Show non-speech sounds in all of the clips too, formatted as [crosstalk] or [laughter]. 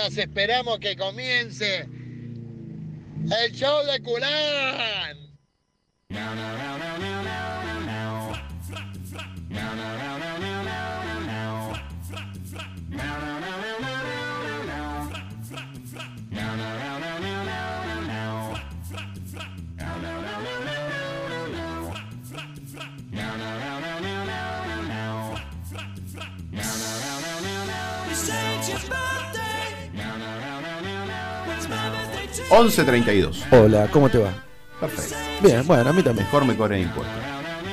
Los esperamos que comience el show de Culán. You say it's your birthday. It's my birthday too. 11.32. Hola, ¿cómo te va? Perfecto. Bien, bueno, a mí también. Mejor me cobran impuestos.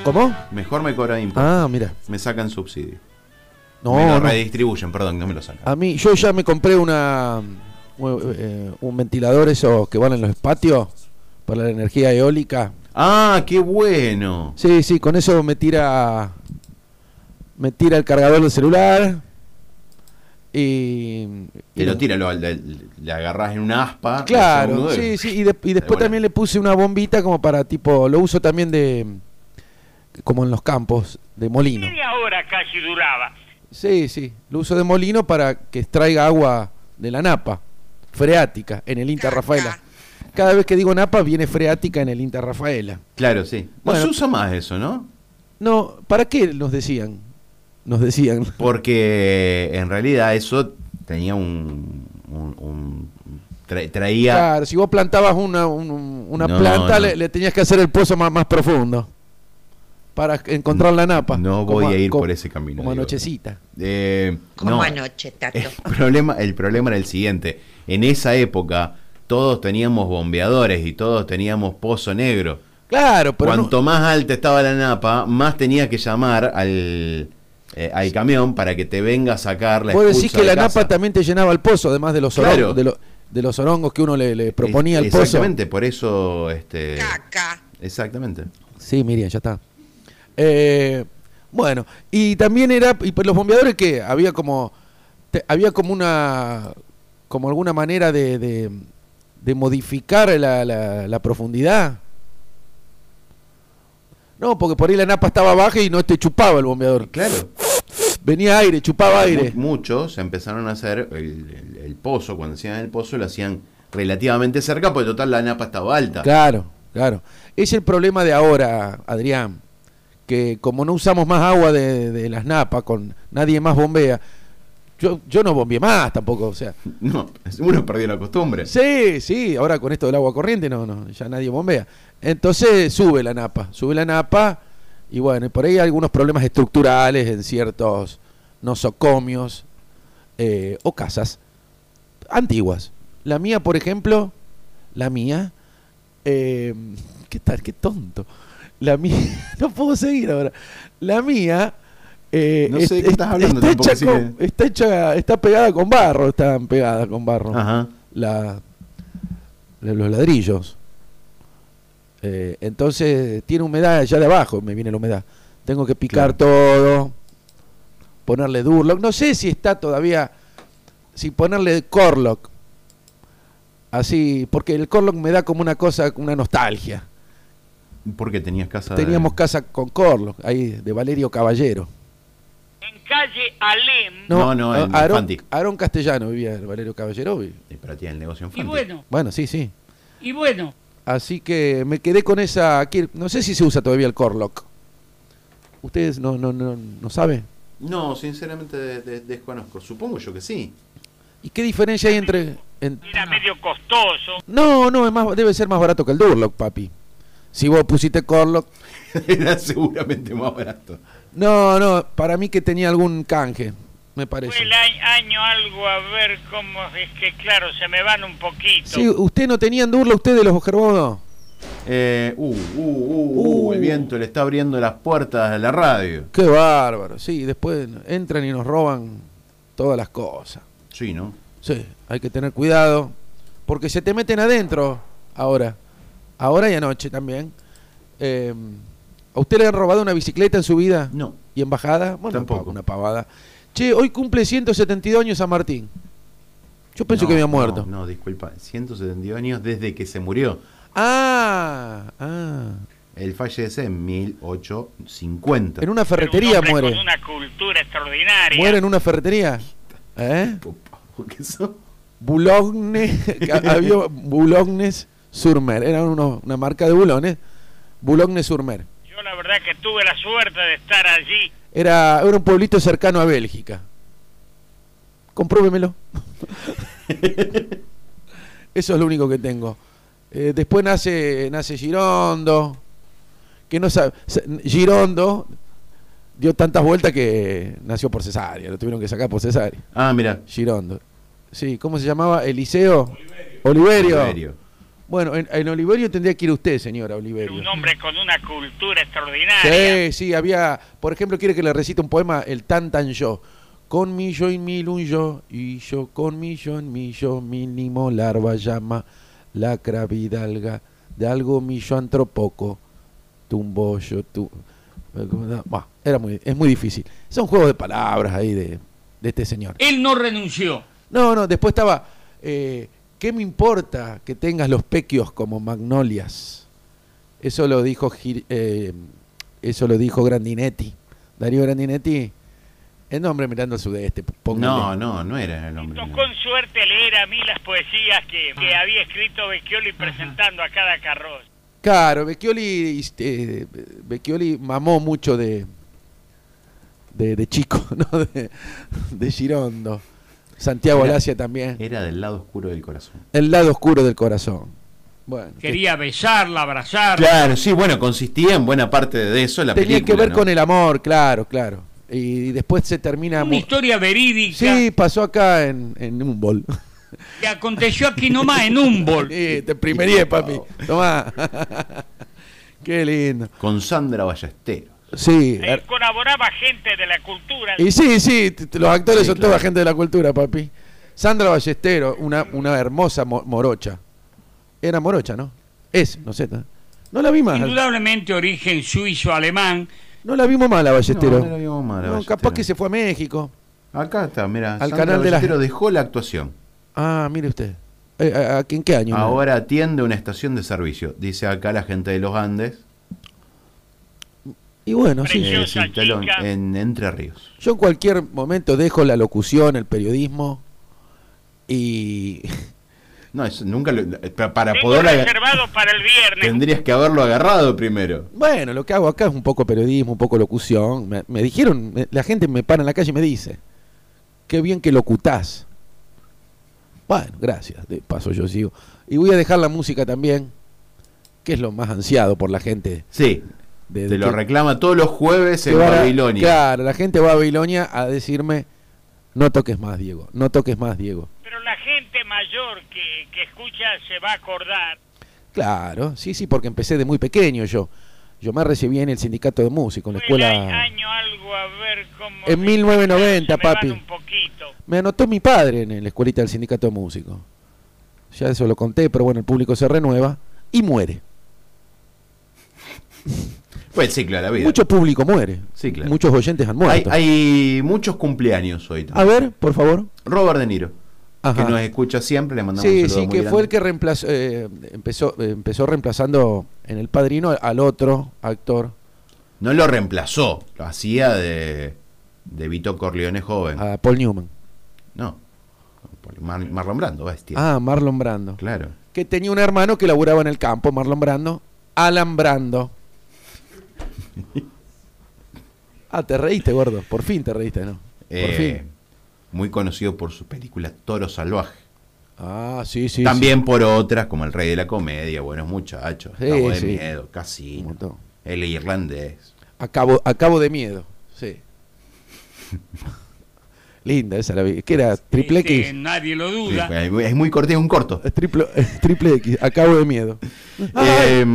¿Cómo? Mejor me cobran impuestos. Ah, mira. Me sacan subsidio. No, me lo no. Ah. redistribuyen, perdón, no me lo sacan. A mí, yo ya me compré una un, eh, un ventilador esos que van en los patios para la energía eólica. Ah, qué bueno. Sí, sí, con eso me tira me tira el cargador del celular y, y Te lo tira, lo, le, le agarrás en una aspa. lo Claro, segundo, sí, y- sí, y, de- y después Bueno. también le puse una bombita como para tipo, lo uso también de como en los campos de molino. Media hora casi duraba. Sí, sí, lo uso de molino para que extraiga agua de la napa freática en el Inter Rafaela. Cada vez que digo napa viene freática en el Inter Rafaela. Claro, sí. No Bueno. se usa más eso, ¿no? No, ¿para qué nos decían? Nos decían. Porque en realidad eso tenía un. un- un- tra- traía. Claro, si vos plantabas una, un- un- una No, planta, no. Le, le tenías que hacer el pozo más, más profundo para encontrar la napa. No voy a ir por ese camino, Como digo. nochecita. eh, Como no, anoche, Tato. El [laughs] Eh. problema, el problema era el siguiente. En esa época todos teníamos bombeadores y todos teníamos pozo negro. Claro, pero no- Cuanto más alta estaba la napa, más tenías que llamar al, eh, al camión para que te venga a sacar la vos decís expulsa que de la casa. napa también te llenaba el pozo, además de los Claro. orongos, de, lo- de los orongos que uno le, le proponía Es- el pozo. Exactamente, por eso... Este, Caca. exactamente. Sí, Miriam, ya está. Eh, bueno, y también era, y pues los bombeadores que había como, te- había como una, como alguna manera de, de- de modificar la, la- la profundidad. No, porque por ahí la napa estaba baja y no te chupaba el bombeador. Claro. Venía aire, chupaba aire. Mu- Muchos empezaron a hacer el, el- el pozo, cuando hacían el pozo lo hacían relativamente cerca, porque total la napa estaba alta. Claro, claro. Es el problema de ahora, Adrián, que como no usamos más agua de, de las napas, con nadie más bombea, yo, yo no bombeé más tampoco, o sea. No, [laughs] uno perdió la costumbre. Sí, sí, ahora con esto del agua corriente no, no, ya nadie bombea. Entonces sube la napa, sube la napa y bueno, y por ahí hay algunos problemas estructurales en ciertos nosocomios eh, o casas antiguas. La mía, por ejemplo, la mía, eh, qué tal, qué tonto. La mía, [laughs] no puedo seguir ahora. La mía eh, No sé de qué es- estás hablando está tampoco, hecha así con- que- está hecha, está pegada con barro, están pegadas con barro Ajá. la, la- los ladrillos. Eh, entonces tiene humedad allá de abajo, me viene la humedad. Tengo que picar todo, ponerle Durlock. No sé si está todavía, si ponerle Corlock. Así, porque el Corlock me da como una cosa, una nostalgia. Porque tenías casa. de- Teníamos casa con Corlock, ahí, de Valerio Caballero. En calle Alem. No, no, en Aarón, Fanti. Aarón Castellano vivía el Valerio Caballero. y- Y para ti el negocio en Y Fanti. bueno, Bueno, sí, sí. y bueno, Así que me quedé con esa. aquí- No sé si se usa todavía el Corlock. ¿Ustedes no, no, no, no saben? No, sinceramente de- de- desconozco. Supongo yo que sí. ¿Y qué diferencia hay entre.? en- Era medio costoso. No, no, es más, debe ser más barato que el Durlock, papi. Si vos pusiste Corlock. [laughs] Era seguramente más barato. No, no, para mí que tenía algún canje, me parece. Fue el a- año algo a ver cómo es que, claro, se me van un poquito. Sí, ¿Usted no tenían Durlock, ustedes los gerbodos? Eh, uh, uh, uh, uh, el viento le está abriendo las puertas a la radio. Qué bárbaro. Sí, después entran y nos roban todas las cosas. Sí, ¿no? Sí, hay que tener cuidado. Porque se te meten adentro ahora. Ahora y anoche también. Eh, ¿A usted le han robado una bicicleta en su vida? No. ¿Y en bajada? Bueno, Tampoco. pa- una pavada. Che, hoy cumple 172 años San Martín. Yo pensé No, que había no, muerto. No, disculpa. 172 años desde que se murió. Ah, ah. Él fallece en 1850. En una Era un ferretería hombre muere. Con una cultura extraordinaria. Muere en una ferretería. ¿Eh? Popa, ¿qué son? Boulogne, había Boulognes Surmer, era uno- una marca de bulones, Boulogne Surmer. Yo la verdad que tuve la suerte de estar allí. Era, era un pueblito cercano a Bélgica. Compruébemelo. Eso es lo único que tengo. Eh, después nace, nace Girondo. Que no sabe. se- Girondo dio tantas vueltas que nació por cesárea. Lo tuvieron que sacar por cesárea. [laughs] Ah, mira. Girondo. Sí, ¿cómo se llamaba? Eliseo. Oliverio. Oliverio. Bueno, en, en Oliverio tendría que ir usted, señora Era Oliverio. Un hombre con una cultura extraordinaria. Sí, sí, había. Por ejemplo, quiere que le recite un poema, el Tan Tan Yo. Con mi yo y mil un yo, y yo con mi yo en mi yo, mínimo larva llama, lacra vidalga, de algo mi yo antropoco, tumbo yo, tu. Bah, era muy, es muy difícil. Son juegos de palabras ahí de, de este señor. Él no renunció. No, no, después estaba. eh, ¿Qué me importa que tengas los pequios como magnolias? Eso lo dijo Gir- eh, eso lo dijo Grandinetti. Darío Grandinetti, el nombre mirando al sudeste. póngale. No, no, no era el hombre. Tocó con suerte leer a mí las poesías que, Ah. que había escrito Becchioli presentando a cada carroza. Claro, Becchioli, este, Becchioli mamó mucho de, de, de chico, [laughs] ¿no? De, de Girondo. Santiago Era- Alasia también. Era del lado oscuro del corazón. El lado oscuro del corazón. Bueno, que Quería besarla, abrazarla. Claro, sí, bueno, consistía en buena parte de eso la tenía película. que ver ¿no? con el amor, claro, claro. Y, después se termina. Una mu- historia verídica Sí, pasó acá en, en un bol. [laughs] que aconteció aquí nomás en un bol. Sí, te primería, papi. Tomá. [laughs] Qué lindo. Con Sandra Ballesteros. Sí. er, Ahí colaboraba gente de la cultura. Y sí, sí, t- t- los actores Sí, son claro. toda gente de la cultura, papi. Sandra Ballestero, una, una hermosa mo- morocha. Era morocha, ¿no? Es, no sé. ¿no? No la vi más. Indudablemente origen suizo-alemán. No la vimos más la Ballestero. No, no la vimos más, la No, Ballestero. capaz que se fue a México. Acá está, mira, Al Sandra canal de la- Ballesteros dejó la actuación. Ah, mire usted. Eh, ¿a- a- ¿En qué año? Ahora atiende una estación de servicio. Dice acá la gente de los Andes, Y bueno, sí. eh, Preciosa sin telón, chica. en Entre Ríos. Yo en cualquier momento dejo la locución, el periodismo y... No, es- nunca lo- eh, pa- para Tengo poder aga- reservado para el viernes. tendrías que haberlo agarrado primero. Bueno, lo que hago acá es un poco periodismo, un poco locución. Me, me dijeron, me- la gente me para en la calle y me dice, qué bien que locutás. Bueno, gracias, de paso yo sigo. Y voy a dejar la música también, que es lo más ansiado por la gente. Sí, De, te lo que- reclama todos los jueves que en van a- Babilonia. Claro, la gente va a Babilonia a decirme, no toques más, Diego, no toques más, Diego. Pero la gente mayor que, que escucha se va a acordar. Claro, sí, sí, porque empecé de muy pequeño yo. Yo me recibí en el sindicato de músicos, en la El escuela... año algo a ver cómo... En 1990, Se me van papi. un poquito. Me anotó mi padre en la escuelita del sindicato de músicos. Ya eso lo conté, pero bueno, el público se renueva y muere. Fue el ciclo de Pues la vida. Mucho público muere. Sí, claro. Muchos oyentes han hay, muerto. hay muchos cumpleaños hoy. A también. ver, por favor. Robert De Niro, Ajá. que nos escucha siempre, le mandamos Sí, un saludo sí, muy que fue el grande. que reemplazó, eh, empezó, eh, empezó reemplazando en El Padrino al otro actor, No lo reemplazó, lo hacía de, de Vito Corleone joven. a Paul Newman. No, por Mar- Marlon Brando, bestia. Ah, Marlon Brando. Claro. Que tenía un hermano que laburaba en el campo, Marlon Brando. [laughs] Alan Brando. Ah, te reíste, gordo. Por fin te reíste, ¿no? Por Eh, fin. Muy conocido por su película Toro Salvaje. Ah, sí, sí. También por otras como El Rey de la Comedia, Buenos Muchachos, Sí, Cabo de sí. Miedo, sí. Un Casino, montón. El Irlandés. Acabo, acabo de miedo. Sí. [laughs] Linda esa la vi. Que era triple Este, X. nadie lo Sí, duda. fue- es muy corto, es un [laughs] corto. Es Triplo, es [laughs] triple X. Acabo de miedo. Ah. Eh,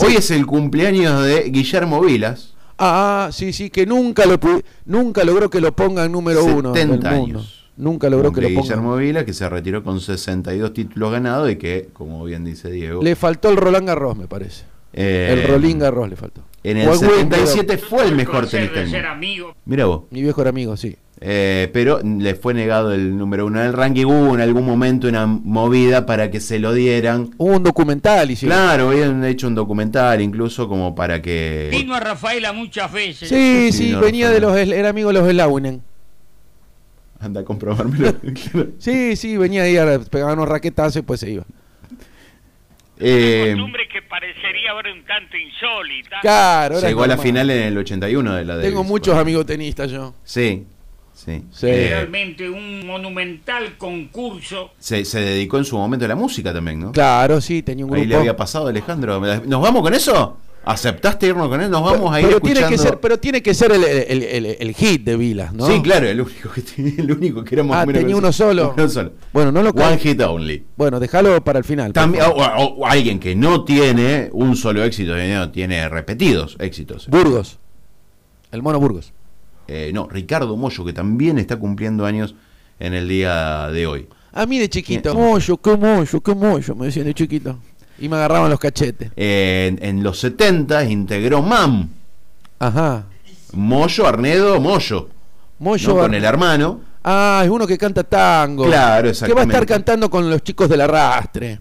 Hoy es el cumpleaños de Guillermo Vilas, Ah, sí, sí, que nunca lo pu- nunca logró que lo pongan número uno del 70 mundo. años. Nunca logró que Cumple lo pongan. Guillermo Vilas, que se retiró con 62 títulos ganados y que, como bien dice Diego, Le faltó el Roland Garros, me parece. eh, el Roland Garros le faltó. en el O el Wimbledon. 77 fue el mejor Ser tenista de del ser mundo. amigo. Mira vos. Mi viejo era amigo, sí. Eh, pero le fue negado el número uno en el ranking. Hubo en algún momento una movida para que se lo dieran. Hubo un documental y sí. Claro, habían hecho un documental incluso como para que... Vino a Rafaela muchas veces. Sí, sí, Sí, no, venía no. de los. Era amigo de los Slawinen. Anda a comprobármelo. Sí, sí, venía ahí, a- pegaba unos raquetazos y pues se iba. Eh, Costumbre que parecería ahora un tanto insólita. Em. Claro, ahora llegó a es la normal. final en el 81 de la de Tengo muchos amigos tenistas yo. Sí, sí. Sí. Eh, Realmente un monumental concurso. se, se dedicó en su momento a la música también, ¿no? Claro, sí, tenía un grupo. Ahí le había pasado a Alejandro. ¿Nos vamos con eso? ¿Aceptaste irnos con él? Nos vamos a ir pero escuchando. tiene que ser, pero tiene que ser el, el- el- el hit de Vilas, ¿no? Sí, claro, el único que tenía, [laughs] el único que era más Ah, o menos tenía conocido. uno solo. Uno solo. Bueno, no lo One cal- hit only. Bueno, déjalo para el final. por También, o, favor. o- o alguien que no tiene un solo éxito, eh, no, tiene repetidos éxitos. Burgos. El mono Burgos. Eh, no, Ricardo Mollo, que también está cumpliendo años en el día de hoy. A mí de chiquito. Bien. Mollo, qué mollo, qué mollo, me decían de chiquito. Y me agarraban los cachetes. Eh, en, en los 70 integró MAM, Ajá. Mollo, Arnedo, Mollo, Mollo. ¿no? con el hermano. ah, es uno que canta tango. Claro, Que va a estar exactamente. cantando con los chicos del arrastre.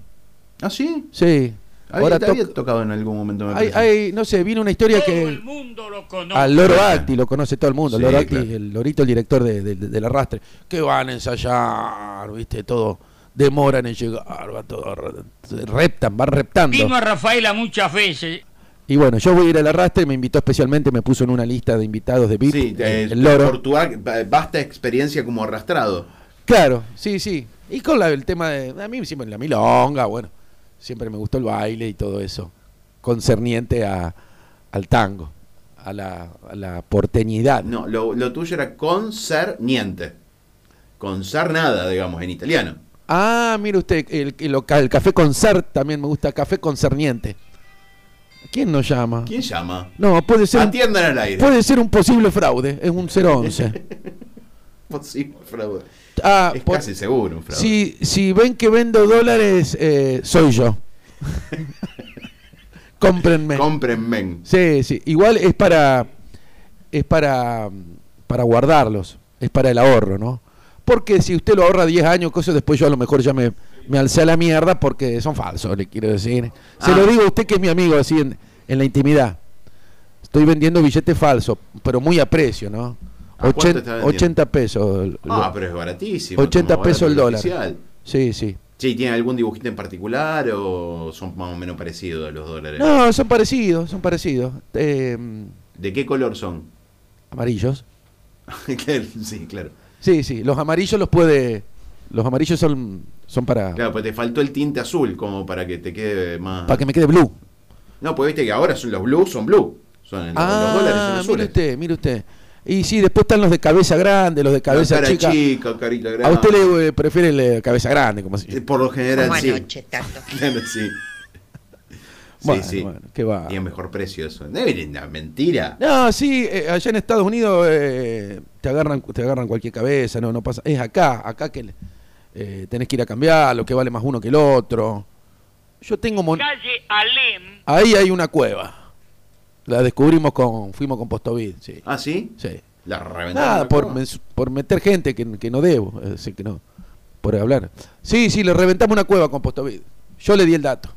¿Ah, sí? Sí. Había, Ahora te había toca- tocado en algún momento. me hay, parece. hay- no sé, vino una historia Todo que. el mundo lo conoce. Al Loro Acti, lo conoce todo el mundo. Sí, Loro Acti, claro. el Lorito, el director de- de- de- del arrastre. Que van a ensayar, viste, todo. Demoran en llegar, va todo. re- Reptan, van Vino reptando. a Rafaela muchas veces. Y bueno, yo voy a ir al arrastre, me invitó especialmente, me puso en una lista de invitados de VIP. Sí, eh, el Loro. por tu ac- ba- vasta experiencia como arrastrado. Claro, sí, sí. Y con la- el tema de. A mí siempre la milonga, bueno. Siempre me gustó el baile y todo eso. Concerniente a, al tango, a la, a la porteñidad. No, lo, lo tuyo era concerniente. Consar nada, digamos, en italiano. Ah, mire usted, el, el loca- el café concert también me gusta, café concerniente. ¿Quién nos llama? ¿Quién llama? No, puede ser, un, Atiendan al aire. puede ser un posible fraude, es un [laughs] 011. Posible fraude. Ah, es po- casi seguro un fraude. si, si ven que vendo dólares, eh, [laughs] soy yo. Cómprenme. Cómprenme. Sí, sí, igual es para es para para guardarlos, es para el ahorro, ¿no? Porque si usted lo ahorra 10 años, cosas después yo a lo mejor ya me, me alcé a la mierda porque son falsos, le quiero decir. Se Ah. lo digo a usted que es mi amigo así en, en la intimidad. Estoy vendiendo billetes falsos, pero muy a precio, ¿no? ¿A cuánto Ochen- está vendiendo? 80 pesos. el- Ah, lo- pero es baratísimo. como 80 barato pesos el dólar. oficial. Sí, sí. Sí, ¿tiene algún dibujito en particular o son más o menos parecidos los dólares? No, son parecidos, son parecidos. Eh, ¿De qué color son? [laughs] amarillos. Claro, sí, claro. Sí, sí, los amarillos los puede. Los amarillos son, son para. Claro, pues te faltó el tinte azul como para que te quede más... Para que me quede blue. No, pues viste que ahora son los blues, son blue. Son los- los dólares son Ah, mire azules. usted, mire usted. Y sí, después están los de cabeza grande, los de cabeza cara chica. chica, carita grande. A usted le eh, prefiere el de cabeza grande, como si. Eh, Por lo general Como sí. anoche, Tato. [laughs] Claro, sí. Sí, Bueno, sí. bueno, qué va. Y a mejor precio eso. No, era una mentira. No, sí, eh, allá en Estados Unidos eh, te agarran te agarran cualquier cabeza, no, no pasa. Es acá, acá que eh, tenés que ir a cambiar, lo que vale más uno que el otro. Yo tengo mon- Calle Alem, Ahí hay una cueva. La descubrimos con. Fuimos con Postovid, sí. ¿Ah, sí? Sí. La reventaron. Nada, la por, cara. mens- por meter gente que, que no debo, eh, así que no, por hablar. Sí, sí, le reventamos una cueva con Postovid. Yo le di el dato.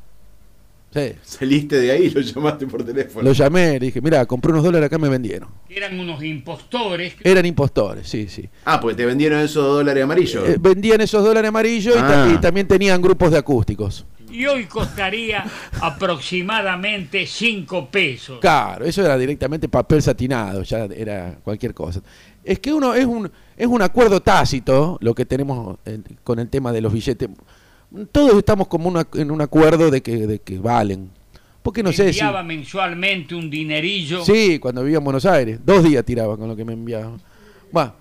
Sí. Saliste de ahí y lo llamaste por teléfono. Lo llamé, le dije, mira, compré unos dólares acá, me vendieron. que Eran unos impostores. Eran impostores, sí, sí. Ah, porque te vendieron esos dólares amarillos. Eh, vendían esos dólares amarillos y, ta- Ah. y también tenían grupos de acústicos. Y hoy costaría aproximadamente 5 pesos. Claro, eso era directamente papel satinado, ya era cualquier cosa. Es que uno es un es un acuerdo tácito lo que tenemos en- con el tema de los billetes. Todos estamos como una- en un acuerdo de que, de que valen. Porque no sé si Enviaba mensualmente un dinerillo. Sí, cuando vivía en Buenos Aires, dos días tiraba con lo que me enviaban. Bueno,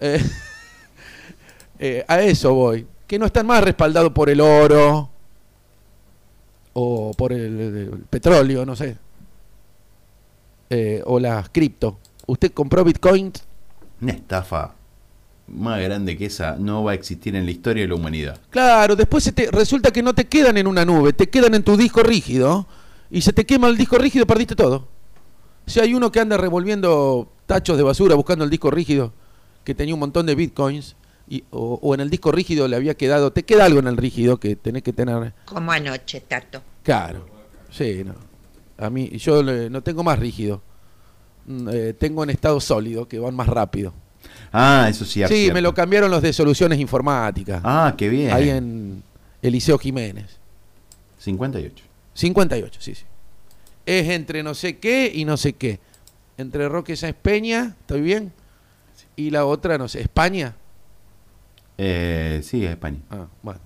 eh, [laughs] eh, a eso voy. Que no están más respaldados por el oro o por el, el petróleo, no sé. Eh, o las cripto. ¿Usted compró Bitcoin? Una estafa más grande que esa no va a existir en la historia de la humanidad. Claro, después se te- resulta que no te quedan en una nube, te quedan en tu disco rígido y se te quema el disco rígido, perdiste todo. Si hay uno que anda revolviendo tachos de basura buscando el disco rígido que tenía un montón de bitcoins y- o, o en el disco rígido le había quedado, te queda algo en el rígido que tenés que tener. Como anoche, Tato. Claro, sí, no. A mí, yo le- no tengo más rígido. Mm, eh, tengo en estado sólido que van más rápido. Ah, eso sí. Sí, acierto. me lo cambiaron los de soluciones informáticas. Ah, qué bien. Ahí en Eliseo Jiménez. 58. 58, sí, sí. Es entre no sé qué y no sé qué. Entre Roque Sáenz Peña, ¿estoy bien? Y la otra, no sé, España. Eh, sí, España. Ah, bueno.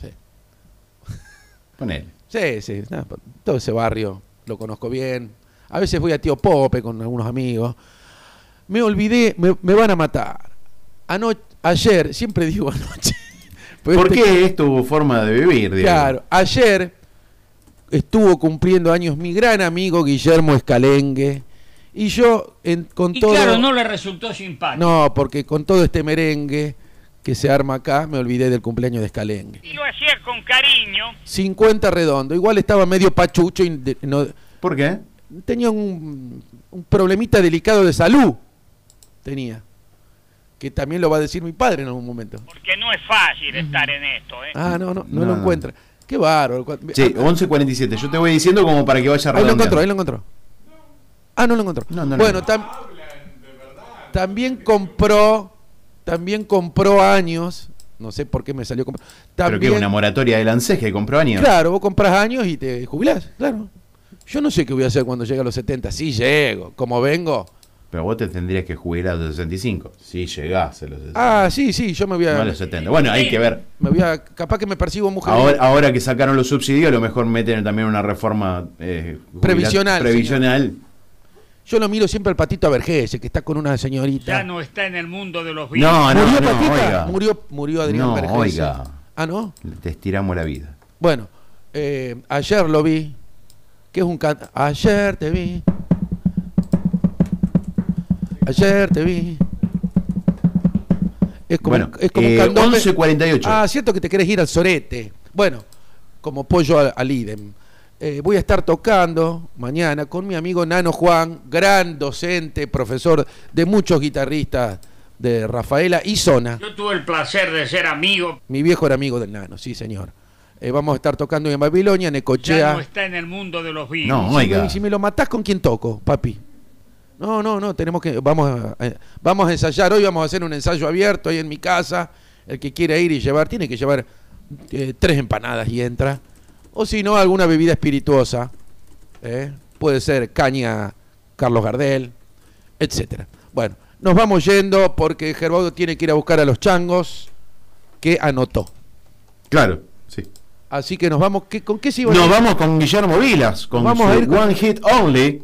Sí, Ponele. sí, sí, nada, pa- todo ese barrio lo conozco bien. A veces voy a Tío Pope con algunos amigos. Me olvidé, me, me van a matar. Anoche, ayer, siempre digo [laughs] anoche. porque ¿Por este- qué es tu forma de vivir, Diego? [laughs] Claro, ayer estuvo cumpliendo años mi gran amigo Guillermo Escalengue y yo en- con Y todo claro, no le resultó simpático. Ah, No, porque con todo este merengue que se arma acá me olvidé del cumpleaños de Escalengue. Y lo hacía con cariño. 50 redondo, igual estaba medio pachucho y de- no- ¿Por qué? tenía un, un problemita delicado de salud. Tenía. Que también lo va a decir mi padre en algún momento. Porque no es fácil estar en esto, ¿eh? Ah, no, no, no, No. lo encuentra. Qué bárbaro. Cu- Sí, 11.47. Yo te voy diciendo como para que vaya ah, Ahí lo encontró, redondeando. ahí lo encontró. Ah, no lo encontró. No, no lo bueno, tam- también compró, también compró años. No sé por qué me salió comprar. Pero que También, una moratoria del ANSES que compró años. claro, vos compras años y te jubilás, claro. Yo no sé qué voy a hacer cuando llegue a los 70. Sí llego, como vengo. Pero vos te tendrías que jubilar a los 65. Si llegás a los 65. Ah, sí, sí, yo me voy no a a, los 70. Bueno, hay que ver. me voy a, capaz que me percibo mujer. Ahora, ah. ahora que sacaron los subsidios, a lo mejor meten también una reforma eh, jubilat- Previsional, previsional. Yo lo miro siempre al patito Vergese, que está con una señorita. Ya no está en el mundo de los vivos. No, no, ¿Murió no, Patita? oiga. Murió, murió Adrián No, Vergese. oiga. Ah, ¿no? Te estiramos la vida. Bueno, eh, ayer lo vi. Que es un can... Ayer te vi. Ayer te vi. Es como, bueno, un- es como eh, un candombe. 11.48. Ah, cierto que te querés ir al sorete. Bueno, como pollo al, al idem. Eh, voy a estar tocando mañana con mi amigo Nano Juan, gran docente, profesor de muchos guitarristas de Rafaela y Zona. Yo tuve el placer de ser amigo. Mi viejo era amigo del nano, sí, señor. Eh, vamos a estar tocando en Babilonia, Ya Necochea. no está en el mundo de los vivos. no, Y oiga. si me lo matás, ¿con quién toco, papi? No, no, no, tenemos que. Vamos a, a- vamos a ensayar. Hoy vamos a hacer un ensayo abierto ahí en mi casa. El que quiera ir y llevar, tiene que llevar eh, tres empanadas y entra. O si no, alguna bebida espirituosa. ¿eh? Puede ser caña Carlos Gardel, etcétera. Bueno, nos vamos yendo porque Gerbaudo tiene que ir a buscar a los changos que anotó. Claro, sí. Así que nos vamos. ¿Qué- ¿Con qué se iban? Nos vamos con Guillermo Vilas, con Vamos a su ir con- One Hit Only.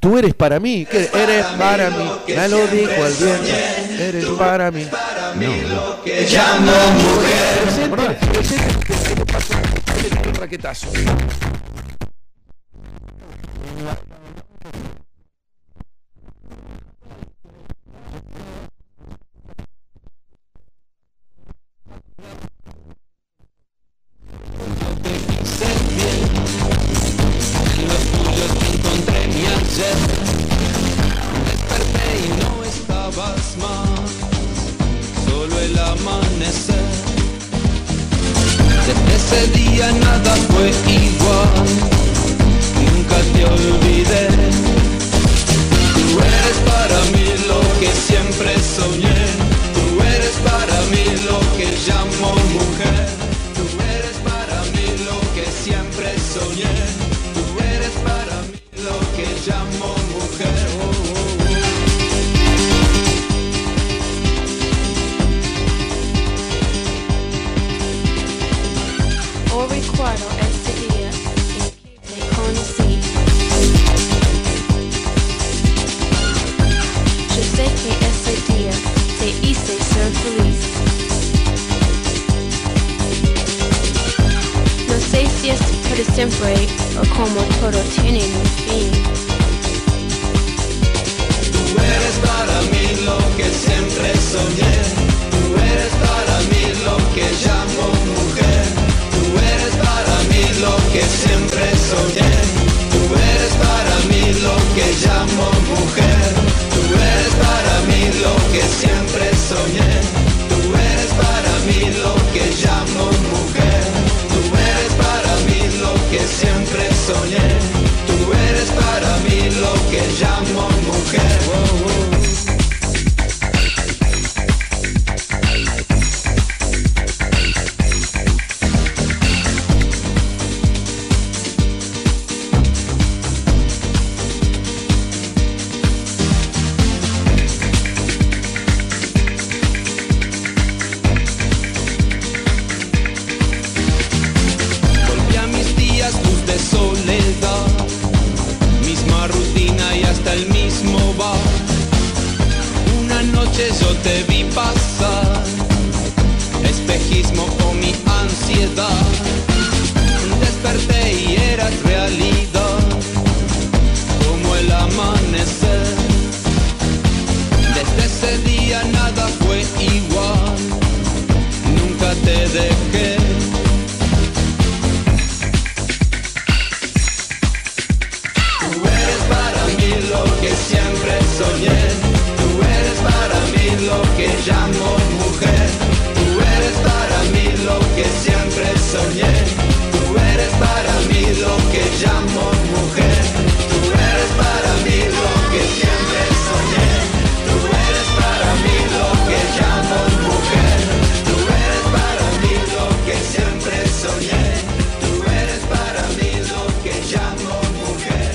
Tú eres para mí, que eres para mí, me lo dijo el viento, eres para mí. Presente, presente, ¿qué te pasó? Un raquetazo. y no estabas más, solo el amanecer. Desde ese día nada fue igual, nunca te olvidé. Tú eres para mí lo que siempre soñé, tú eres para mí lo que llamo mujer, tú eres para mí lo que siempre soñé, tú eres para mí lo que llamo mujer. Oh, oh, oh. o recuerdo este día en que te conocí. Yo sé que ese día te hice ser feliz. No sé si es para siempre o como todo tiene un fin. Tú eres para mí lo que siempre soñé, tú eres para mí lo que llamo mujer, tú eres para mí lo que siempre soñé, tú eres para mí lo que llamo mujer, tú eres para mí lo que siempre soñé, tú eres para mí lo que llamo mujer, tú eres para mí lo que siempre soñé, tú eres para mí lo que llamo mujer. Oh, oh. tumba. Una noche yo te vi pasar, espejismo con mi ansiedad. Desperté y eras realidad, como el amanecer. Desde ese día nada fue igual, nunca te dejé. Tú eres para mí lo que siempre soñé. Tú eres para mí lo que llamo mujer. Tú eres para mí lo que siempre soñé. Tú eres para mí lo que llamo mujer. Tú eres para mí lo que siempre soñé. Tú eres para mí lo que llamo mujer. Tú eres para mí lo que siempre soñé. Tú eres para mí lo que llamo mujer.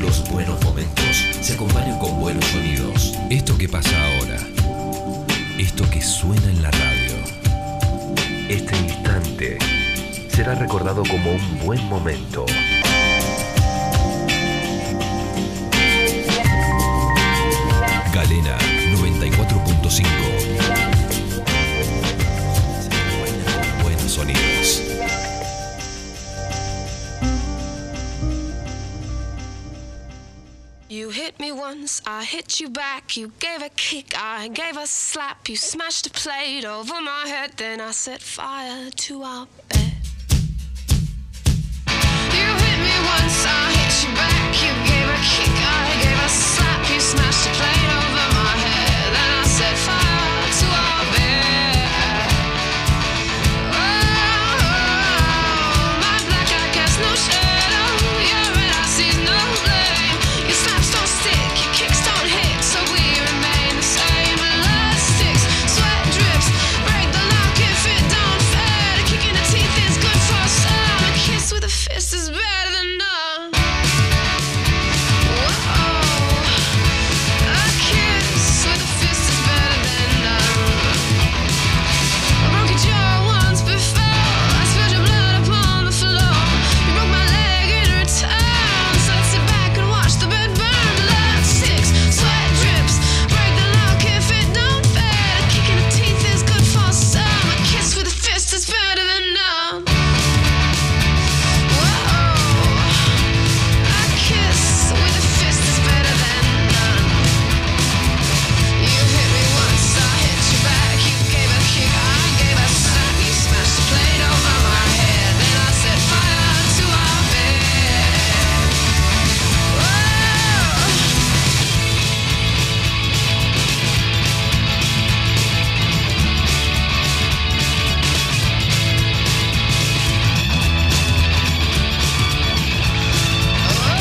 Los buenos momentos se acompañan con buenos sonidos. Esto que pasa ahora. Esto que suena en la radio. Este instante será recordado como un buen momento. Galena 94.5. Buenos sonidos. You hit me once, I hit you back. You gave a kick, I gave a slap. You smashed a plate over my head, then I set fire to our bed. You hit me once, I hit you back. You gave a kick, I gave a slap. You smashed a plate over my head, then I set fire to our bed. Is better than none. Whoa, a kiss with a fist is better than none. I broke your jaw once before. I spilled your blood upon the floor. You broke my leg in return. So let's sit back and watch the bed burn. Blood sticks, sweat drips. Break the lock if it don't fit. A kick in the teeth is good for some. A kiss with a fist is better than none. Whoa, a kiss with a fist is better than none. You hit me once, I hit you back. You gave a kick, I gave a slap. You smashed the plate over my head, then I set fire to our bed. Whoa.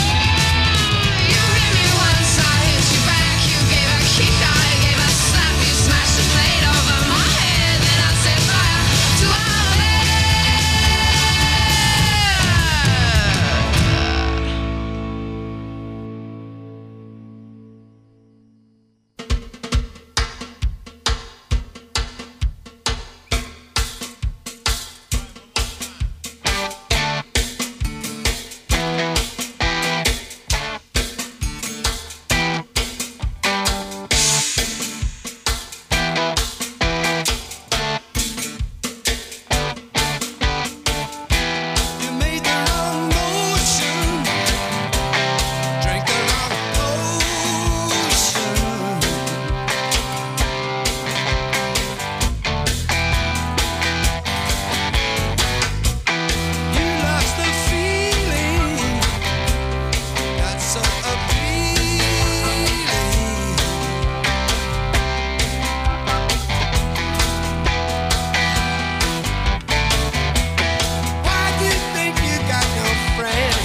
You hit me once, I hit you back. You gave a kick, I gave a slap. You smashed the plate over my head, then I set fire to our bed. You made the wrong motion, drank the wrong potion. You lost the feeling that's so appealing. Why do you think you got no friend?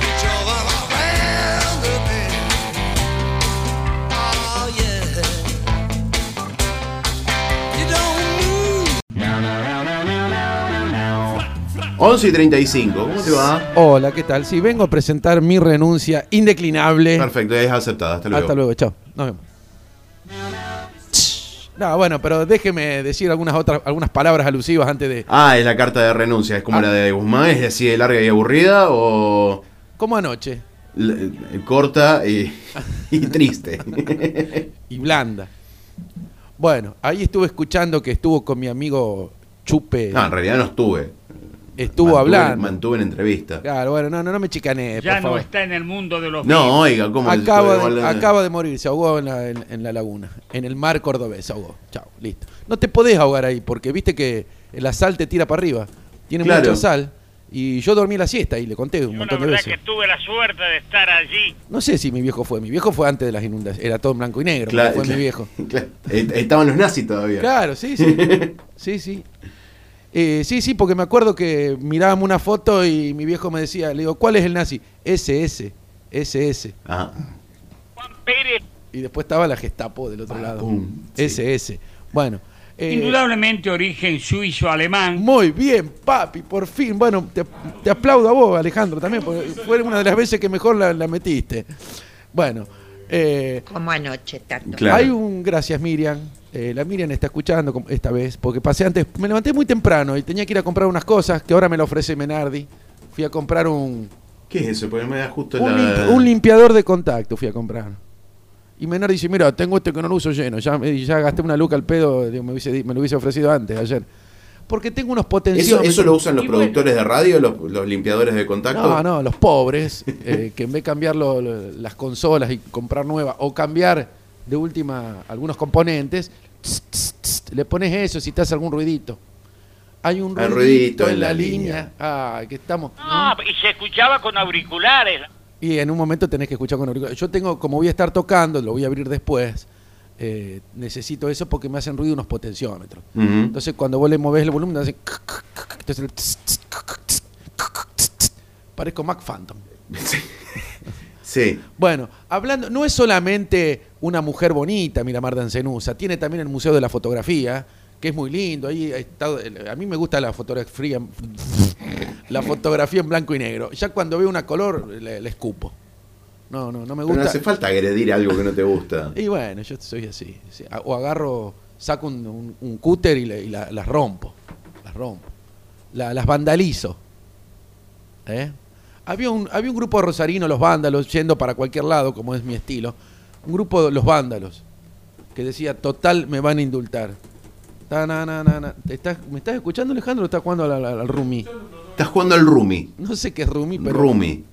You drove them around the bend. Oh yeah. You don't move. 11 y 35, ¿cómo te va? Hola, ¿qué tal? Sí, vengo a presentar mi renuncia indeclinable. Perfecto, es aceptada, hasta luego. Hasta luego, chao. Nos vemos. No, bueno, pero déjeme decir algunas otras algunas palabras alusivas antes de. Ah, es la carta de renuncia, es Ah. como la de Guzmán, es así de larga y aburrida o Como anoche. l- corta y, [laughs] y triste. y blanda. Bueno, ahí estuve escuchando que estuvo con mi amigo Chupe. No, en realidad no estuve. Estuvo Mantuve- hablando. Mantuve una entrevista. Claro, bueno, no, no, no me chicané, Ya por no favor. está en el mundo de los No, vivos. oiga, ¿cómo acaba, estuve de, hablando? acaba de morir, se ahogó en la, en- en la laguna, en el mar cordobés, se ahogó. Chao, listo. No te podés ahogar ahí, porque viste que la sal te tira para arriba. Tiene Claro. mucha sal. Y yo dormí la siesta y le conté un Yo la montón de verdad veces. que tuve la suerte de estar allí. No sé si mi viejo fue. Mi viejo fue antes de las inundaciones. Era todo en blanco y negro. Cla- [laughs] fue mi cla- viejo. cla- eh, Estaban los nazis todavía. Claro, sí, sí. sí, sí. Eh, sí, sí, porque me acuerdo que mirábamos una foto y mi viejo me decía, le digo, ¿cuál es el nazi? SS, SS. [laughs] Ah, Juan Pérez, Y después estaba la Gestapo del otro lado. Ah, pum, sí. SS. Bueno. eh, Indudablemente origen suizo-alemán. muy bien, papi, por fin. Bueno, te, te aplaudo a vos, Alejandro, también, porque fue una de las veces que mejor la, la metiste. Bueno, eh, Como anoche, tanto. Claro. Hay un gracias Miriam. Eh, la Miriam está escuchando com- esta vez, porque pasé antes, me levanté muy temprano y tenía que ir a comprar unas cosas que ahora me la ofrece Menardi. Fui a comprar un, ¿Qué es eso? Porque me da justo un, la... limpi- un limpiador de contacto, fui a comprar. Y Menardi dice, mira, tengo este que no lo uso lleno, ya, me- ya gasté una luca al pedo, digo, me, hubiese di- me lo hubiese ofrecido antes, ayer. Porque tengo unos ¿Eso, potenciales... eso lo usan los productores de radio, los, los limpiadores de contacto? No, no, los pobres, eh, [laughs] que en vez de cambiar lo- lo- las consolas y comprar nuevas o cambiar de última algunos componentes, tss, tss, tss, le pones eso si te hace algún ruidito. Hay un Hay ruidito, en la, línea. Ah, que estamos. no, y se escuchaba con auriculares. Y en un momento tenés que escuchar con auriculares. Yo tengo, como voy a estar tocando, lo voy a abrir después. eh, necesito eso porque me hacen ruido unos potenciómetros. Ujú. Entonces cuando vos le movés el volumen, hace... Entonces el tss, tss, tss, tss, tss. parezco Mac Phantom. Sí. Bueno, hablando, no es solamente una mujer bonita Miramar Dancenusa, tiene también el Museo de la Fotografía, que es muy lindo. Ahí ha estado- a mí me gusta la fotografía, la fotografía en blanco y negro. Ya cuando veo una color, le, le escupo. No, no, no me Pero no gusta. hace falta agredir algo que no te gusta. [laughs] Y bueno, yo soy así. sí. A- O agarro, saco un, un- un cúter y, le- y la- las rompo. Las rompo. La- las vandalizo. ¿Eh? Había, un, había un grupo de rosarinos, los vándalos, yendo para cualquier lado, como es mi estilo. Un grupo de los vándalos. Que decía, total, me van a indultar. Ta, na, na, na, na. ¿Te estás- ¿Me estás escuchando, Alejandro? o estás jugando al, al- al Rumi? Estás jugando al Rumi. No sé qué es Rumi, pero. Rumi.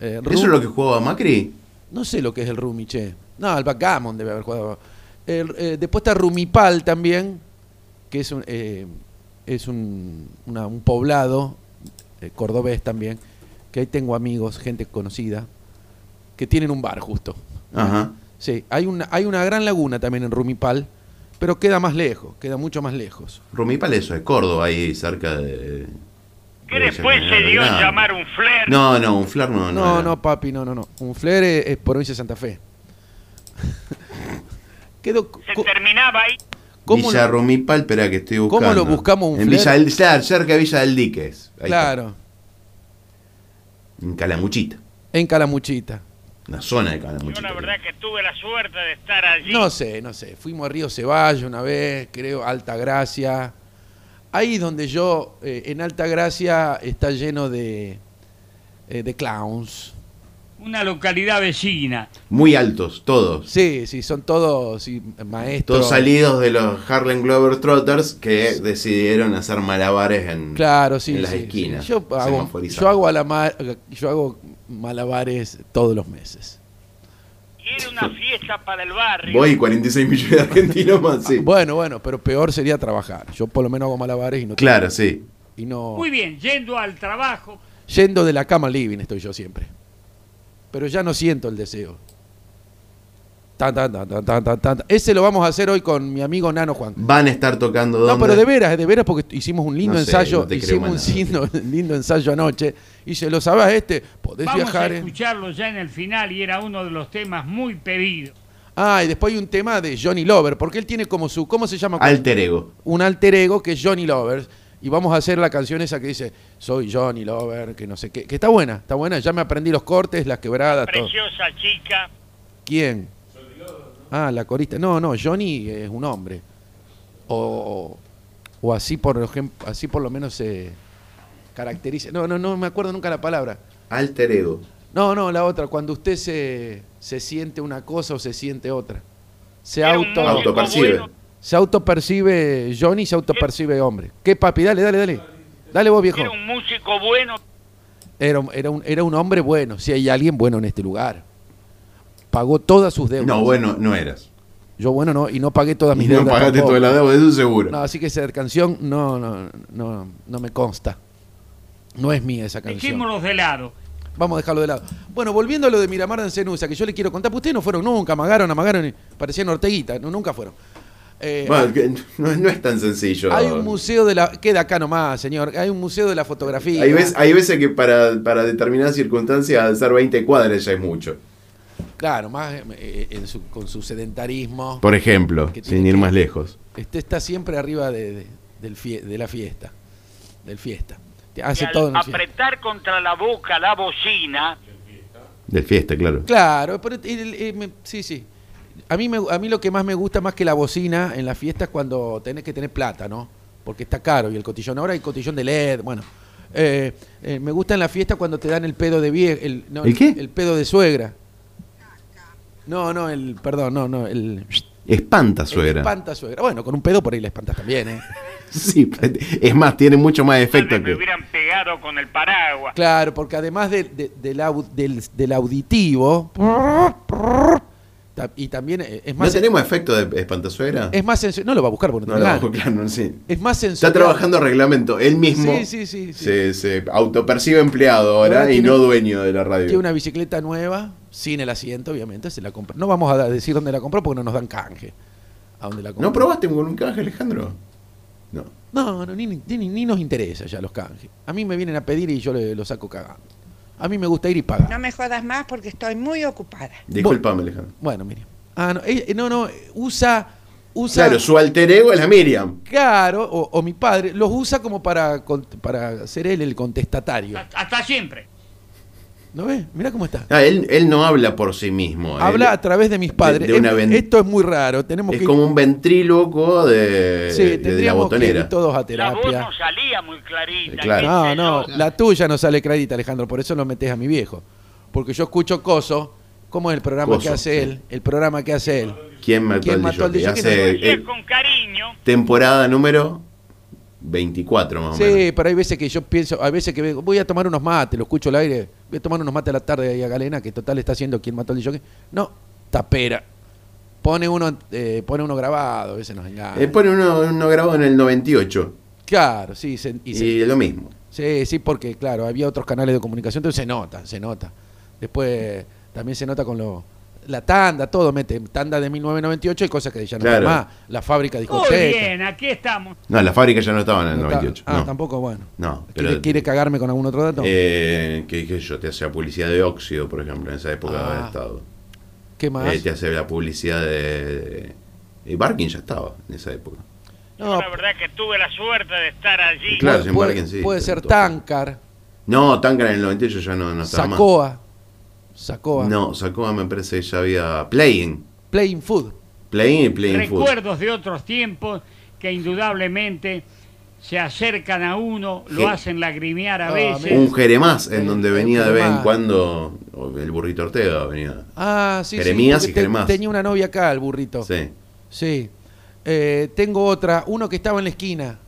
eh, Rumi- ¿Eso es lo que jugaba Macri? no sé lo que es el Rumi, che. No, el backgammon debe haber jugado. El, eh, después está Rumipal también, que es un, eh, es un, una- un poblado eh, cordobés también, que ahí tengo amigos, gente conocida, que tienen un bar justo. Ajá. Sí, hay una, hay una gran laguna también en Rumipal, pero queda más lejos, queda mucho más lejos. Rumipal eso es Córdoba, ahí cerca de... Que de después Villa se dio en Belgrano. llamar un flair. No, no, un flar Ah, no. No, era. no, papi, no, no, no. Un flair es, es provincia de Santa Fe. [laughs] Quedó, co- Se terminaba ahí. ¿cómo Villa no? Rumipal, espera que estoy ¿Cómo buscando. lo buscamos un en fler? Villa del, claro, cerca de Villa del Diques. Ahí claro, está. En Calamuchita. en Calamuchita. La zona de Yo Calamuchita. la verdad que tuve la suerte de estar allí. No sé, no sé. Fuimos a Río Ceballos una vez, creo, Altagracia. Ahí es donde yo, eh, en Altagracia, está lleno de, eh, de clowns. Una localidad vecina. Muy altos, todos. Sí, sí, son todos sí, maestros. Todos salidos de los Harlem Glover Trotters que decidieron hacer malabares en, Claro, sí. en las sí, sí. esquinas. Yo hago, semaforizadas. yo hago a la ma- yo hago malabares todos los meses. Y era una fiesta para el barrio. Voy y 46 millones de argentinos más, sí. Bueno, bueno, pero peor sería trabajar. Yo por lo menos hago malabares y no. Claro, sí. Y no Muy bien, yendo al trabajo. Yendo de la cama al living estoy yo siempre. Pero ya no siento el deseo. Tan, tan, tan, tan, tan, tan, tan. Ese lo vamos a hacer hoy con mi amigo Nano Juan. Van a estar tocando No, ¿dónde? pero de veras, de veras, porque hicimos un lindo No sé, ensayo. no te creo hicimos un más nada. lindo, [laughs] lindo ensayo anoche. Y se lo sabás este, podés Vamos viajar a en. escucharlo ya en el final y era uno de los temas muy pedidos. Ah, y después hay un tema de Johnny Lover, porque él tiene como su. ¿Cómo se llama? Alter ego. un alter ego que es Johnny Lover. Y vamos a hacer la canción esa que dice, soy Johnny Lover, que no sé qué. Que está buena, está buena. Ya me aprendí los cortes, las quebradas, todo. Preciosa chica. ¿Quién? Ah, la corista. No, no, Johnny es un hombre. o, o así por ejem- así por lo menos se caracteriza. No, no, no me acuerdo nunca la palabra. Alter ego. No, no, la otra, cuando usted se, se siente una cosa o se siente otra. Se Era un auto músico Autopercibe. bueno, se autopercibe Johnny, se autopercibe hombre. ¿Qué papi? Dale, dale, dale. Dale vos, viejo. Era un músico bueno, Era, un- era un, era un hombre bueno, si hay alguien bueno en este lugar. Pagó todas sus deudas. No, bueno, no eras. Yo bueno no, y no pagué todas mis no deudas. pagaste tampoco. toda la deuda, eso seguro. No, así que esa canción no, no, no, no me consta. No es mía esa canción. Dejémonos de lado. Vamos a dejarlo de lado. Bueno, volviendo a lo de Miramar en Cenusa, que yo le quiero contar, pues ustedes no fueron nunca, amagaron, amagaron, y parecían Orteguita, no, nunca fueron. Eh, Bueno, que no, no es tan sencillo. hay un museo de la. Queda acá nomás, señor. Hay un museo de la fotografía. Hay, veces- hay veces que para, para determinadas circunstancias alzar 20 cuadras ya es mucho. Claro, más eh, eh, en su- con su sedentarismo. Por ejemplo, Que tiene sin ir que- más lejos. Este está siempre arriba de, de- del fie- de la fiesta. Del fiesta. Te Hace que al todo en el fiesta. apretar contra la boca la bocina, Del fiesta, claro. Claro, pero, el- el- me- sí, sí. A mí, me, a mí lo que más me gusta más que la bocina en las fiestas es cuando tenés que tener plata, ¿no? Porque está caro y el cotillón. Ahora hay cotillón de LED, bueno. Eh, eh, me gusta en la fiesta cuando te dan el pedo de vie- El, no, ¿El qué? El pedo de suegra. No, no, el. Perdón, no, no, el. Espanta el suegra. espanta suegra. Bueno, con un pedo por ahí la espantas también, ¿eh? [laughs] Sí, es más, tiene mucho más tal efecto vez me que. hubieran pegado con el paraguas. Claro, porque además de- de- del, au- del, [laughs] del auditivo. ta- Y también eh, es ¿No más. tenemos efecto de espantasuegra? Es más sensorial. No lo va a buscar porque no, No, tiene no, [laughs] ganas. claro, no, sí. Es más sensorial. Está trabajando reglamento. Él mismo Sí, sí, sí, sí. se, se autopercibe empleado ahora Ahora y tiene- no dueño de la Tiene radio. una bicicleta nueva, sin el asiento, obviamente, se la compró. No vamos a da- decir dónde la compró porque no nos dan canje. ¿A dónde la compró? ¿No probaste con un canje, Alejandro? No. No, no, ni, ni- ni nos interesa ya los canjes. A mí me vienen a pedir y yo le- lo saco cagando. A mí me gusta ir y pagar. No me jodas más porque estoy muy ocupada. Disculpame, Alejandro. Bueno, Miriam. Ah, no, eh, no, no, usa. usa Claro, su alter ego es la Miriam. Claro, o, o mi padre, los usa como para, con- para ser él el contestatario. Hasta hasta siempre. ¿No ves? Mirá cómo está. Ah, él, él no habla por sí mismo. él- Habla a través de mis padres. de una Es- ven- Esto es muy raro. Tenemos es que como un ventríloco de, Sí, eh, de- de la tendríamos que ir botonera. todos a La voz terapia. no salía muy clarita. Eh, claro. Eh, No, qué no, sé yo. la tuya no sale crédito, Alejandro, por eso lo metes a mi viejo. Porque yo escucho Coso, ¿cómo es el programa Coso, que hace sí. él? El programa que hace él. ¿Quién mató ¿Quién al mató al DJ? DJ? Lo Hace, hacía eh, con cariño, temporada número 24 más o Sí, menos. pero hay veces que yo pienso, hay veces que veo, voy a tomar unos mates, lo escucho al aire, voy a tomar unos mates a la tarde ahí a Galena, que total está haciendo quien mató al DJ. No, tapera. Pone uno, eh, pone uno grabado, a veces nos engaña. Eh, pone uno, uno grabado en el 98 claro, sí, se- y, y se- lo mismo. Sí, sí, porque claro, había otros canales de comunicación, entonces se nota, se nota. Después también se nota con lo, la tanda, todo mete, tanda de 1998 y cosas que ya no Claro. hay más, la fábrica Muy discoteca. bien, aquí estamos. No, la fábrica ya no estaba en el No está- 98. ah, no. tampoco, bueno. No, ¿Quiere, pero- quiere cagarme con algún otro dato? Eh, ¿Qué dije yo? Te hacía publicidad de óxido, por ejemplo, en esa época Ah, del Estado. ¿Qué más? Eh, te hace la publicidad de. eh, Barkin ya estaba en esa época. no, la verdad que tuve la suerte de estar allí. Claro, puede, sin Bargain, sí, puede pero ser todo. Tancar, No, Tancar en el 98 ya no, no estaba Sacoa, Sacoa, más. No, Sacoa me parece que ya había Playing. Playing Food. Playing y Playing Food. Recuerdos de otros tiempos que indudablemente se acercan a uno, Sí. lo hacen lagrimear a Ah, veces. Un Jeremás en Sí, donde un venía de vez en Jeremás. cuando o el burrito Ortega venía. Ah, sí, sí, Jeremías porque y Jeremás. Tenía una novia acá, el burrito. Sí. Sí. Eh, tengo otra, uno que estaba en la esquina.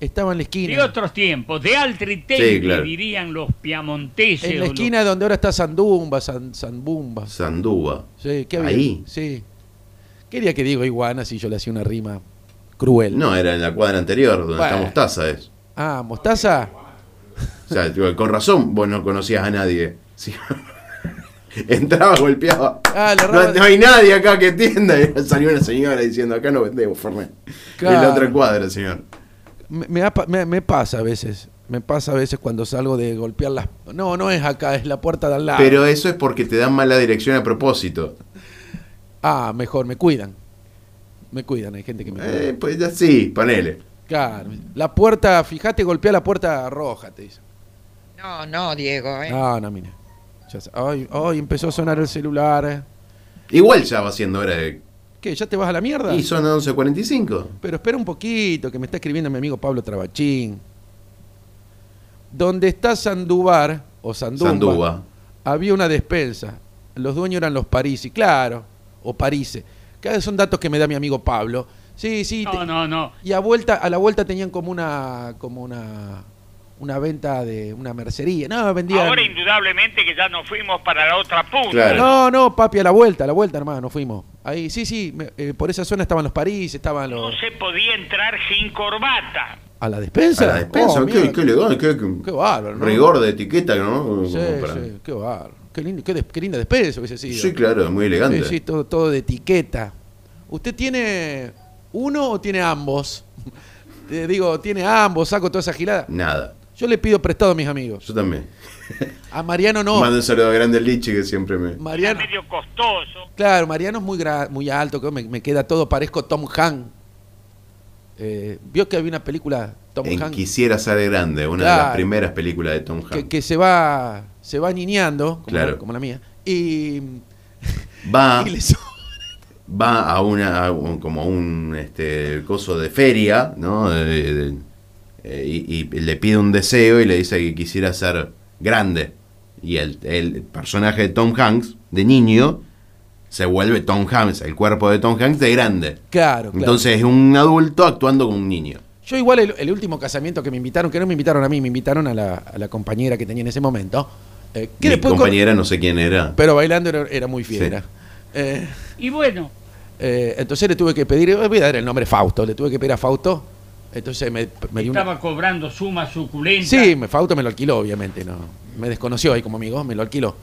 Estaba en la esquina. De otros tiempos, de altri Sí, claro. dirían los piamonteses. en o la los- esquina donde ahora está Sandumba, San, Sandumba. Sandúa. Sí, ¿qué había? Ahí. Sí. Quería que digo iguana si yo le hacía una rima cruel. No, era en la cuadra anterior, donde Bueno. está Mostaza es. Ah, mostaza. O sea, digo, con razón vos no conocías a nadie. Sí. [laughs] Entraba, golpeaba. Ah, le no, roban- no hay nadie acá que tienda. Y salió una señora diciendo, acá no vendemos, Fernet. En la Claro. otra cuadra, señor. Me, me ha pa- me- me pasa a veces. Me pasa a veces cuando salgo de golpear las. No, no es acá, es la puerta de al lado. Pero eso es porque te dan mala dirección a propósito. Ah, mejor, me cuidan. Me cuidan, hay gente que me cuida. Eh, pues ya sí, ponele. Claro. La puerta, fíjate, golpea la puerta roja, te dicen. No, no, Diego, ¿eh? No, no, mira. Ya sa- Ay, ay, empezó a sonar el celular. eh. Igual ya va siendo hora de ¿Qué? ¿Ya te vas a la mierda? Y son 11.45. Pero espera un poquito, que me está escribiendo mi amigo Pablo Trabachín. Donde está Sandubar, o Sandumba, Sandúa. había una despensa. Los dueños eran los parisi, claro, o parise. Cada vez son datos que me da mi amigo Pablo. Sí, sí. te- No, no, no. Y a vuelta, a la vuelta tenían como una, como una, una venta de una mercería. No, vendían. Ahora indudablemente que ya nos fuimos para la otra punta. No, no, papi, a la vuelta, a la vuelta, hermano, nos fuimos. Ahí, sí, sí, me- eh, por esa zona estaban los París, estaban los. No se podía entrar sin corbata. ¿A la despensa? A la despensa, Oh, qué, mierda. qué elegante, qué, qué Qué bárbaro, ¿no? rigor de etiqueta, ¿no? Sí, Para- sí, qué bárbaro. Qué, lindo, qué, des- qué linda despensa hubiese sido. Sí, claro, muy elegante. Sí, sí, todo, todo de etiqueta. ¿Usted tiene uno o tiene ambos? [laughs] Eh, digo, tiene ambos, saco toda esa gilada. Nada, Yo le pido prestado a mis amigos. yo también. A Mariano no. Mando un saludo grande al Lichi que siempre me... Mariano, Medio costoso. Claro, Mariano es muy, gra- muy alto, creo, me, me queda todo, parezco Tom Hanks. Eh, Vio que había una película, Tom en Hanks, Quisiera ser grande, una de las Claro. primeras películas de Tom que, Hanks. que se va se va niñando, como, Claro. Ah. la, como la mía, y, Va, y le so- va a una, a un- como a un este, coso de feria, ¿no? De- de- de- eh, y, y le pide un deseo y le dice que quisiera ser grande. Y el, el personaje de Tom Hanks, de niño, se vuelve Tom Hanks, el cuerpo de Tom Hanks de grande. Claro, claro. Entonces es un adulto actuando como un niño. Yo igual el, el último casamiento que me invitaron, que no me invitaron a mí, me invitaron a la, a la compañera que tenía en ese momento, eh, que Mi después con- compañera no sé quién era. pero bailando era, era muy fiera. Eh, Y bueno, eh, entonces le tuve que pedir, voy a dar el nombre Fausto, le tuve que pedir a Fausto, entonces me, me dio una- estaba cobrando sumas suculentas. Sí, me, Fausto me lo alquiló, obviamente, no. Me desconoció ahí como amigo, me lo alquiló.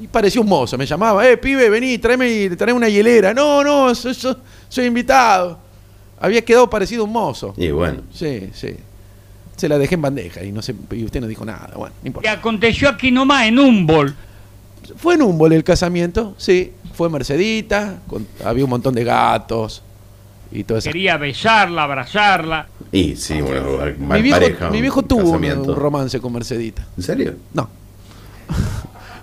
Y parecía un mozo, me llamaba, eh, pibe, vení, tráeme, y- tráeme una hielera. No, no, soy, soy- soy invitado. Había quedado parecido a un mozo. Y bueno, Sí, sí. Se la dejé en bandeja y, no se, y usted no dijo nada, bueno, no Que importa. aconteció aquí nomás en Humboldt. Fue en Humboldt el casamiento, sí. Fue Mercedita, con- había un montón de gatos y todo eso. Quería besarla, abrazarla. y sí, bueno, mal Mi viejo, pareja. mi un viejo tuvo un- casamiento. un romance con Mercedita. ¿En serio? No. [laughs]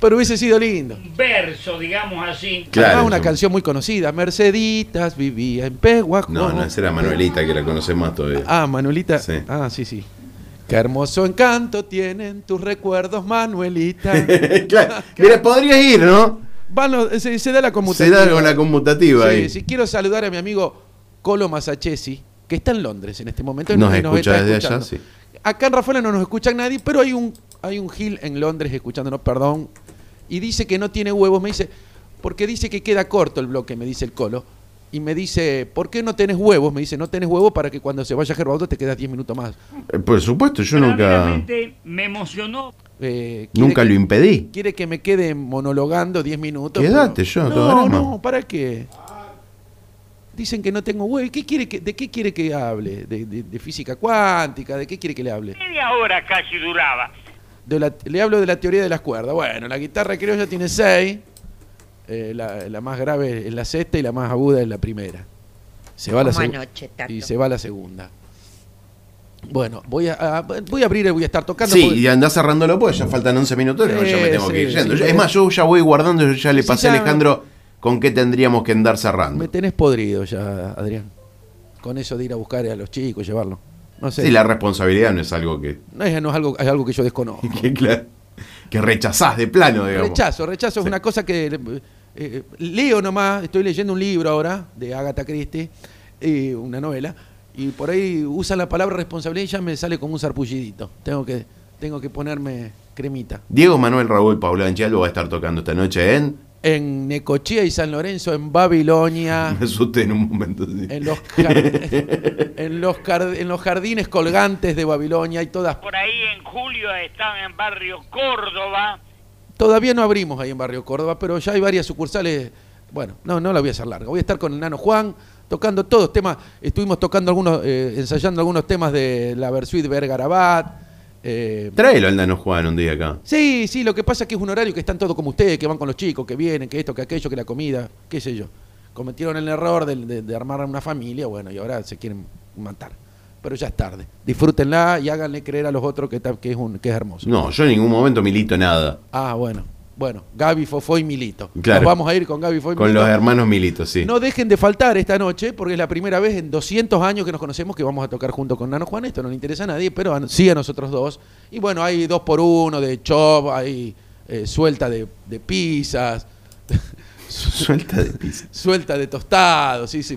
Pero hubiese sido lindo. Un verso, digamos así. Claro, Además, una yo- canción muy conocida. Merceditas vivía en Pehuajó. No, no, esa era Manuelita que la conocemos más todavía. Ah, Manuelita. Sí. Ah, sí, sí. Qué hermoso encanto tienen tus recuerdos, [laughs] Manuelita. [laughs] claro. Mira, podrías ir, ¿no? Van los- se, se da la Se conmutativa. da con la conmutativa Sí, ahí. sí. Quiero saludar a mi amigo Colo Masachesi, que está en Londres en este momento. y Nos y escucha está desde allá, escuchando. sí. Acá en Rafaela no nos escucha nadie, pero hay un, hay un Gil en Londres escuchándonos, perdón. Y dice que no tiene huevos, me dice, porque dice que queda corto el bloque, me dice el colo. Y me dice, ¿por qué no tenés huevos? Me dice, no tenés huevos para que cuando se vaya Gerbaudo te quedas 10 minutos más. Eh, Por supuesto, yo nunca, Verdaderamente me emocionó. Eh, quiere nunca que- lo impedí. Quiere que me quede monologando 10 minutos. Quédate, pero- yo, todo No, drama. no, ¿para qué? Dicen que no tengo huevos. ¿Qué quiere que- ¿De qué quiere que hable? ¿De, de- de física cuántica? ¿De qué quiere que le hable? Media hora casi duraba. De la- le hablo de la teoría de las cuerdas. Bueno, la guitarra creo ya tiene seis. Eh, la, la más grave es la sexta y la más aguda es la primera. Se va la Como segu- anoche, Tato. Y se va la segunda. Bueno, voy a, a- voy a abrir, voy a estar tocando. Sí, porque- y andá cerrándolo pues, ya faltan 11 minutos, yo ya me Sí, tengo que ir sí, yendo. sí, Yo- es porque- más, yo ya voy guardando, yo ya le Sí, pasé a ya- Alejandro con qué tendríamos que andar cerrando. Me tenés podrido ya, Adrián. Con eso de ir a buscar a los chicos, llevarlo. No sé. Sí, la responsabilidad no es algo que, [laughs] No, es, no es algo, es algo que yo desconozco. que, claro, que rechazás de plano, digamos. Rechazo, rechazo es una cosa que eh, eh, leo nomás, estoy leyendo un libro ahora de Agatha Christie, eh, una novela, y por ahí usan la palabra responsabilidad y ya me sale como un sarpullidito. Tengo que, tengo que ponerme cremita. Diego Manuel Raúl Paula Anchialdo va a estar tocando esta noche en... En Necochea y San Lorenzo, en Babilonia, Me asusté en un momento. sí. en los, [laughs] jar- en los, jar- en los jardines colgantes de Babilonia y todas Por ahí en julio estaba en barrio Córdoba. Todavía no abrimos ahí en Barrio Córdoba, pero ya hay varias sucursales. Bueno, no, no la voy a hacer larga. Voy a estar con el Nano Juan tocando todos temas. Estuvimos tocando algunos, eh, ensayando algunos temas de la Versuit Vergarabat. eh, Tráelo al Nano Juan un día acá. sí, sí, lo que pasa es que es un horario que están todos como ustedes, que van con los chicos, que vienen, que esto, que aquello, que la comida, qué sé yo. Cometieron el error de, de- de armar una familia, bueno, y ahora se quieren matar. Pero ya es tarde. Disfrútenla y háganle creer a los otros que, está- que es, un, que es hermoso. No, yo en ningún momento milito nada. Ah, bueno. Bueno, Gaby, Fofó y Milito. Claro. Nos vamos a ir con Gaby, Fofó y Con Milito. los hermanos Militos, sí. No dejen de faltar esta noche, porque es la primera vez en 200 años que nos conocemos que vamos a tocar junto con Nano Juan. Esto no le interesa a nadie, pero a- sí a nosotros dos. Y bueno, hay dos por uno de chop, hay eh, suelta de, de pizzas, [laughs] Suelta de pizza. suelta de tostados, sí, sí,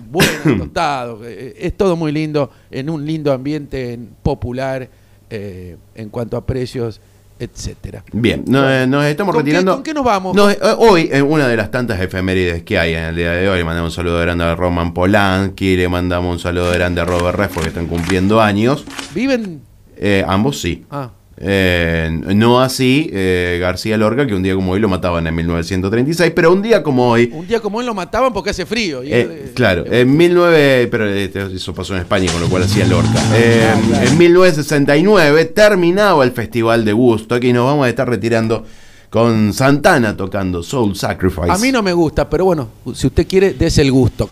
[coughs] buenos tostados. Eh, eh, Es todo muy lindo, en un lindo ambiente en- popular eh, en cuanto a precios, etcétera. Bien, no, eh, nos estamos ¿Con qué- retirando. con qué nos vamos? No, eh, hoy, en una de las tantas efemérides que hay en el día de hoy, le mandamos un saludo grande a Roman Polanski, le mandamos un saludo grande a Robert Redford, que están cumpliendo años. ¿Viven? Eh, ambos sí. Ah, Eh, no así eh, García Lorca, que un día como hoy lo mataban en 1936, pero un día como hoy, un día como él lo mataban porque hace frío. y él, eh, claro, en 19... Pero este, eso pasó en España, con lo cual hacía Lorca. Eh, En 1969 terminaba el Festival de Gusto, y nos vamos a estar retirando con Santana tocando Soul Sacrifice. A mí no me gusta, pero bueno, si usted quiere, des el gusto.